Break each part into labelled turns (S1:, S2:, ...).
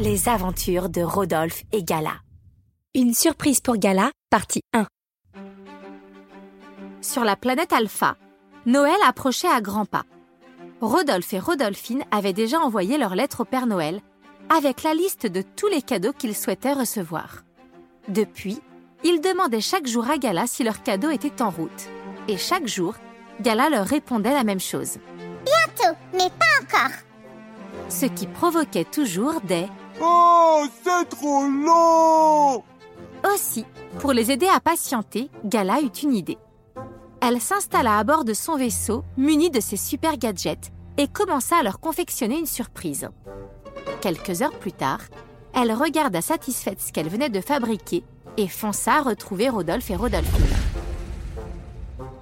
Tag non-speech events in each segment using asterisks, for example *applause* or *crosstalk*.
S1: Les aventures de Rodolphe et Gala. Une surprise pour Gala, partie 1. Sur la planète Alpha, Noël approchait à grands pas. Rodolphe et Rodolphine avaient déjà envoyé leur lettre au Père Noël avec la liste de tous les cadeaux qu'ils souhaitaient recevoir. Depuis, ils demandaient chaque jour à Gala si leur cadeau était en route. Et chaque jour, Gala leur répondait la même chose.
S2: Bientôt, *laughs* mais pas encore.
S1: ce qui provoquait toujours des
S3: Oh, c'est trop long
S1: aussi. Pour les aider à patienter, Gala eut une idée. Elle s'installa à bord de son vaisseau, munie de ses super gadgets, et commença à leur confectionner une surprise. Quelques heures plus tard, elle regarda satisfaite ce qu'elle venait de fabriquer et fonça retrouver Rodolphe et Rodolphine.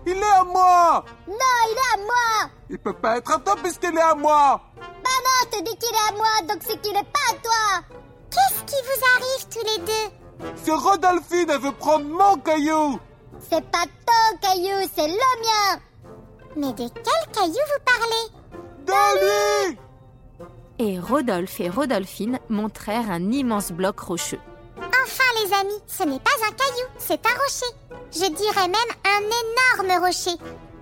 S3: Il est à moi
S2: Non, il est à moi.
S3: Il peut pas être à toi puisqu'il est à moi
S2: Bah non, je te dis qu'il est à moi, donc c'est qu'il est pas à toi. Qu'est-ce qui vous arrive tous les deux
S3: C'est Rodolphine, elle veut prendre mon caillou
S2: C'est pas ton caillou, c'est le mien. Mais de quel caillou vous parlez
S3: De lui
S1: Et Rodolphe et Rodolphine montrèrent un immense bloc rocheux.
S2: Enfin les amis, ce n'est pas un caillou, c'est un rocher. Je dirais même un énorme rocher.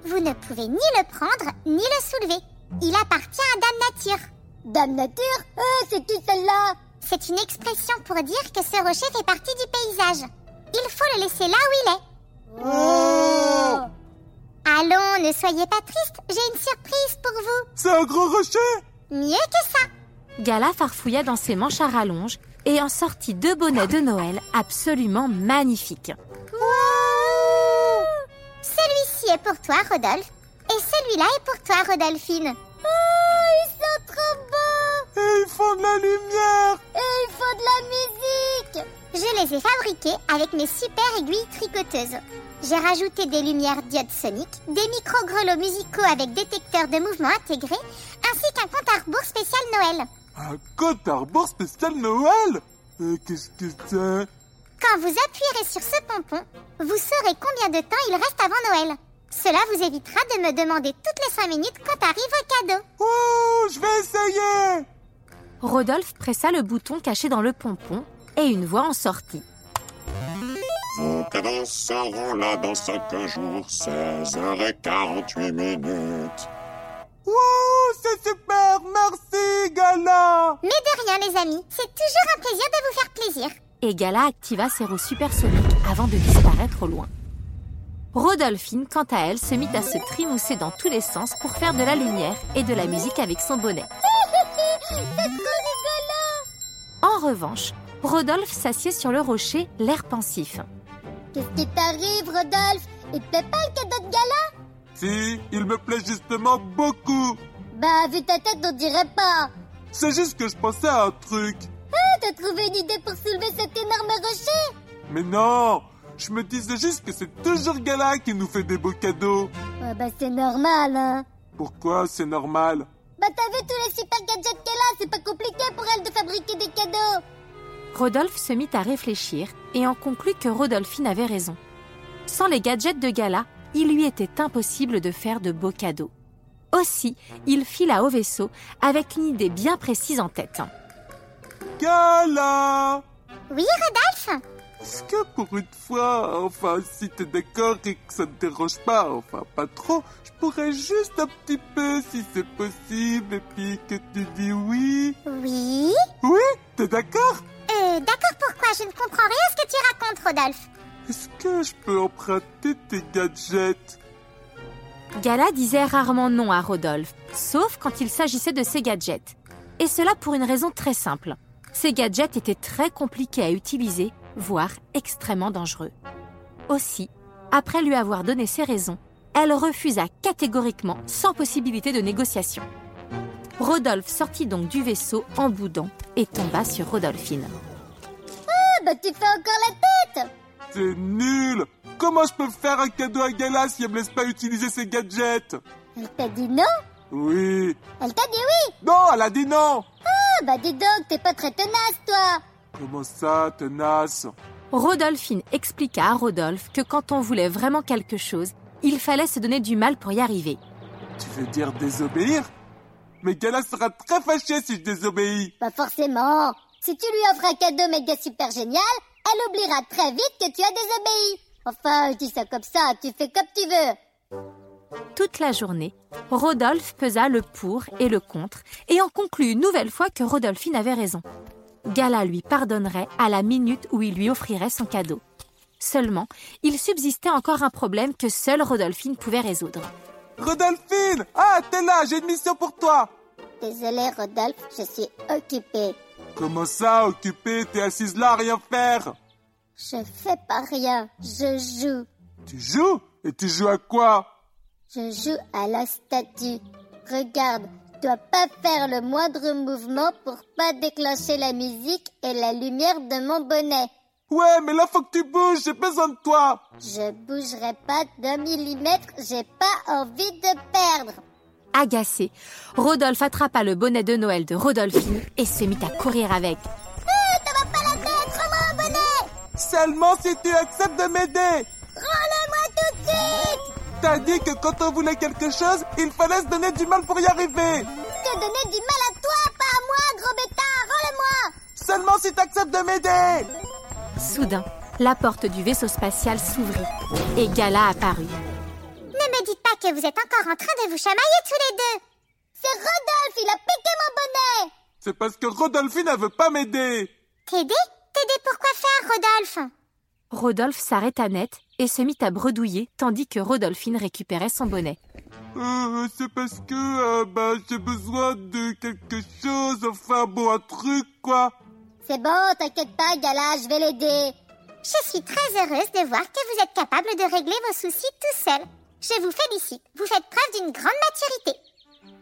S2: Vous ne pouvez ni le prendre, ni le soulever. Il appartient à Dame Nature. Dame Nature Euh, c'est qui celle-là C'est une expression pour dire que ce rocher fait partie du paysage. Il faut le laisser là où il est. Oh Allons, ne soyez pas tristes, j'ai une surprise pour vous.
S3: C'est un gros rocher
S2: Mieux que ça
S1: Gala farfouilla dans ses manches à rallonge et en sortit deux bonnets de Noël absolument magnifiques.
S2: Celui-ci est pour toi, Rodolphe. Et celui-là est pour toi, Rodolphine. Oh, ils sont trop beaux
S3: Et ils font de la lumière
S2: Et il faut de la musique Je les ai fabriqués avec mes super aiguilles tricoteuses. J'ai rajouté des lumières diodes soniques, des micro-grelots musicaux avec détecteur de mouvement intégré, ainsi qu'un compte à rebours spécial Noël.
S3: Un compte à rebours spécial Noël Et qu'est-ce que c'est
S2: Quand vous appuierez sur ce pompon, vous saurez combien de temps il reste avant Noël. Cela vous évitera de me demander toutes les 5 minutes quand arrive vos cadeaux.
S3: Ouh, je vais essayer
S1: Rodolphe pressa le bouton caché dans le pompon et une voix en sortit.
S4: Vos cadeaux seront là dans 5 jours, 16h48 minutes.
S3: Ouh, c'est super Merci, Gala
S2: Mais de rien, les amis, c'est toujours un plaisir de vous faire plaisir.
S1: Et Gala activa ses roues supersoniques avant de disparaître au loin. Rodolphine, quant à elle, se mit à se trimousser dans tous les sens pour faire de la lumière et de la musique avec son bonnet. En revanche, Rodolphe s'assied sur le rocher, l'air pensif.
S2: *laughs* Qu'est-ce qui t'arrive, Rodolphe Il te plaît pas le cadeau de gala
S3: Si, il me plaît justement beaucoup
S2: Bah, vu ta tête, on dirait pas.
S3: C'est juste que je pensais à un truc
S2: Ah, t'as trouvé une idée pour soulever cet énorme rocher
S3: Mais non Je me disais juste que c'est toujours Gala qui nous fait des beaux cadeaux.
S2: Ah bah, c'est normal, hein.
S3: Pourquoi c'est normal
S2: Bah, t'as vu tous les super gadgets qu'elle a, c'est pas compliqué pour elle de fabriquer des cadeaux.
S1: Rodolphe se mit à réfléchir et en conclut que Rodolphine avait raison. Sans les gadgets de Gala, il lui était impossible de faire de beaux cadeaux. Aussi, il fila au vaisseau avec une idée bien précise en tête.
S3: Gala
S2: Oui, Rodolphe
S3: Est-ce que pour une fois, enfin, si t'es d'accord et que ça ne te dérange pas, enfin, pas trop, je pourrais juste un petit peu, si c'est possible, et puis que tu dis oui
S2: Oui
S3: Oui T'es d'accord
S2: Euh, d'accord pourquoi Je ne comprends rien à ce que tu racontes, Rodolphe.
S3: Est-ce que je peux emprunter tes gadgets
S1: Gala disait rarement non à Rodolphe, sauf quand il s'agissait de ses gadgets. Et cela pour une raison très simple. Ces gadgets étaient très compliqués à utiliser, voire extrêmement dangereux. Aussi, après lui avoir donné ses raisons, elle refusa catégoriquement sans possibilité de négociation. Rodolphe sortit donc du vaisseau en boudant et tomba sur Rodolphine.
S2: Ah bah tu fais encore la tête
S3: C'est nul Comment je peux faire un cadeau à Gala si elle me laisse pas utiliser ses gadgets
S2: Elle t'a dit non
S3: Oui.
S2: Elle t'a dit oui
S3: Non, elle a dit non
S2: Ah bah dis donc, t'es pas très tenace, toi
S3: Comment ça, tenace
S1: Rodolphine expliqua à Rodolphe que quand on voulait vraiment quelque chose, il fallait se donner du mal pour y arriver.
S3: Tu veux dire désobéir Mais Gala sera très fâchée si je désobéis.
S2: Pas Bah, forcément Si tu lui offres un cadeau méga super génial, elle oubliera très vite que tu as désobéi Enfin, je dis ça comme ça, tu fais comme tu veux
S1: Toute la journée, Rodolphe pesa le pour et le contre et en conclut une nouvelle fois que Rodolphine avait raison. Gala lui pardonnerait à la minute où il lui offrirait son cadeau. Seulement, il subsistait encore un problème que seule Rodolphine pouvait résoudre.
S3: Rodolphine Ah, t'es là, j'ai une mission pour toi
S2: Désolée, Rodolphe, je suis occupée.
S3: Comment ça, occupée, t'es assise là à rien faire
S2: Je fais pas rien, je joue.
S3: Tu joues Et tu joues à quoi
S2: Je joue à la statue. Regarde, je dois pas faire le moindre mouvement pour pas déclencher la musique et la lumière de mon bonnet.
S3: Ouais, mais là, faut que tu bouges, j'ai besoin de toi
S2: Je bougerai pas d'un millimètre, j'ai pas envie de perdre.
S1: Agacé, Rodolphe attrapa le bonnet de Noël de Rodolphine et se mit à courir avec.
S2: Ah, t'en vas pas la tête, rends-moi un bonnet
S3: Seulement si tu acceptes de m'aider
S2: Rends-le-moi tout de suite
S3: T'as dit que quand on voulait quelque chose, il fallait se donner du mal pour y arriver
S2: Te donner du mal à toi, pas à moi, gros bêtard, rends-le-moi
S3: Seulement si t'acceptes de m'aider
S1: Soudain, la porte du vaisseau spatial s'ouvrit et Gala apparut.
S2: Ne me dites pas que vous êtes encore en train de vous chamailler tous les deux C'est Rodolphe, il a piqué mon bonnet
S3: C'est parce que Rodolphine, elle veut pas m'aider
S2: T'aider T'aider pour quoi faire, Rodolphe
S1: Rodolphe s'arrêta net et se mit à bredouiller tandis que Rodolphine récupérait son bonnet.
S3: Euh, c'est parce que euh, bah, j'ai besoin de quelque chose, enfin bon, un truc quoi.
S2: C'est bon, t'inquiète pas, Gala, je vais l'aider. Je suis très heureuse de voir que vous êtes capable de régler vos soucis tout seul. Je vous félicite, vous faites preuve d'une grande maturité.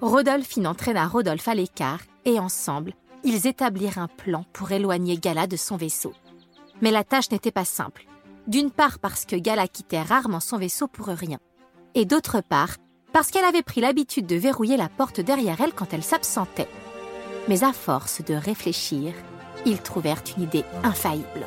S1: Rodolphine entraîna Rodolphe à l'écart et ensemble, ils établirent un plan pour éloigner Gala de son vaisseau. Mais la tâche n'était pas simple. D'une part parce que Gala quittait rarement son vaisseau pour rien. Et d'autre part parce qu'elle avait pris l'habitude de verrouiller la porte derrière elle quand elle s'absentait. Mais à force de réfléchir, ils trouvèrent une idée infaillible.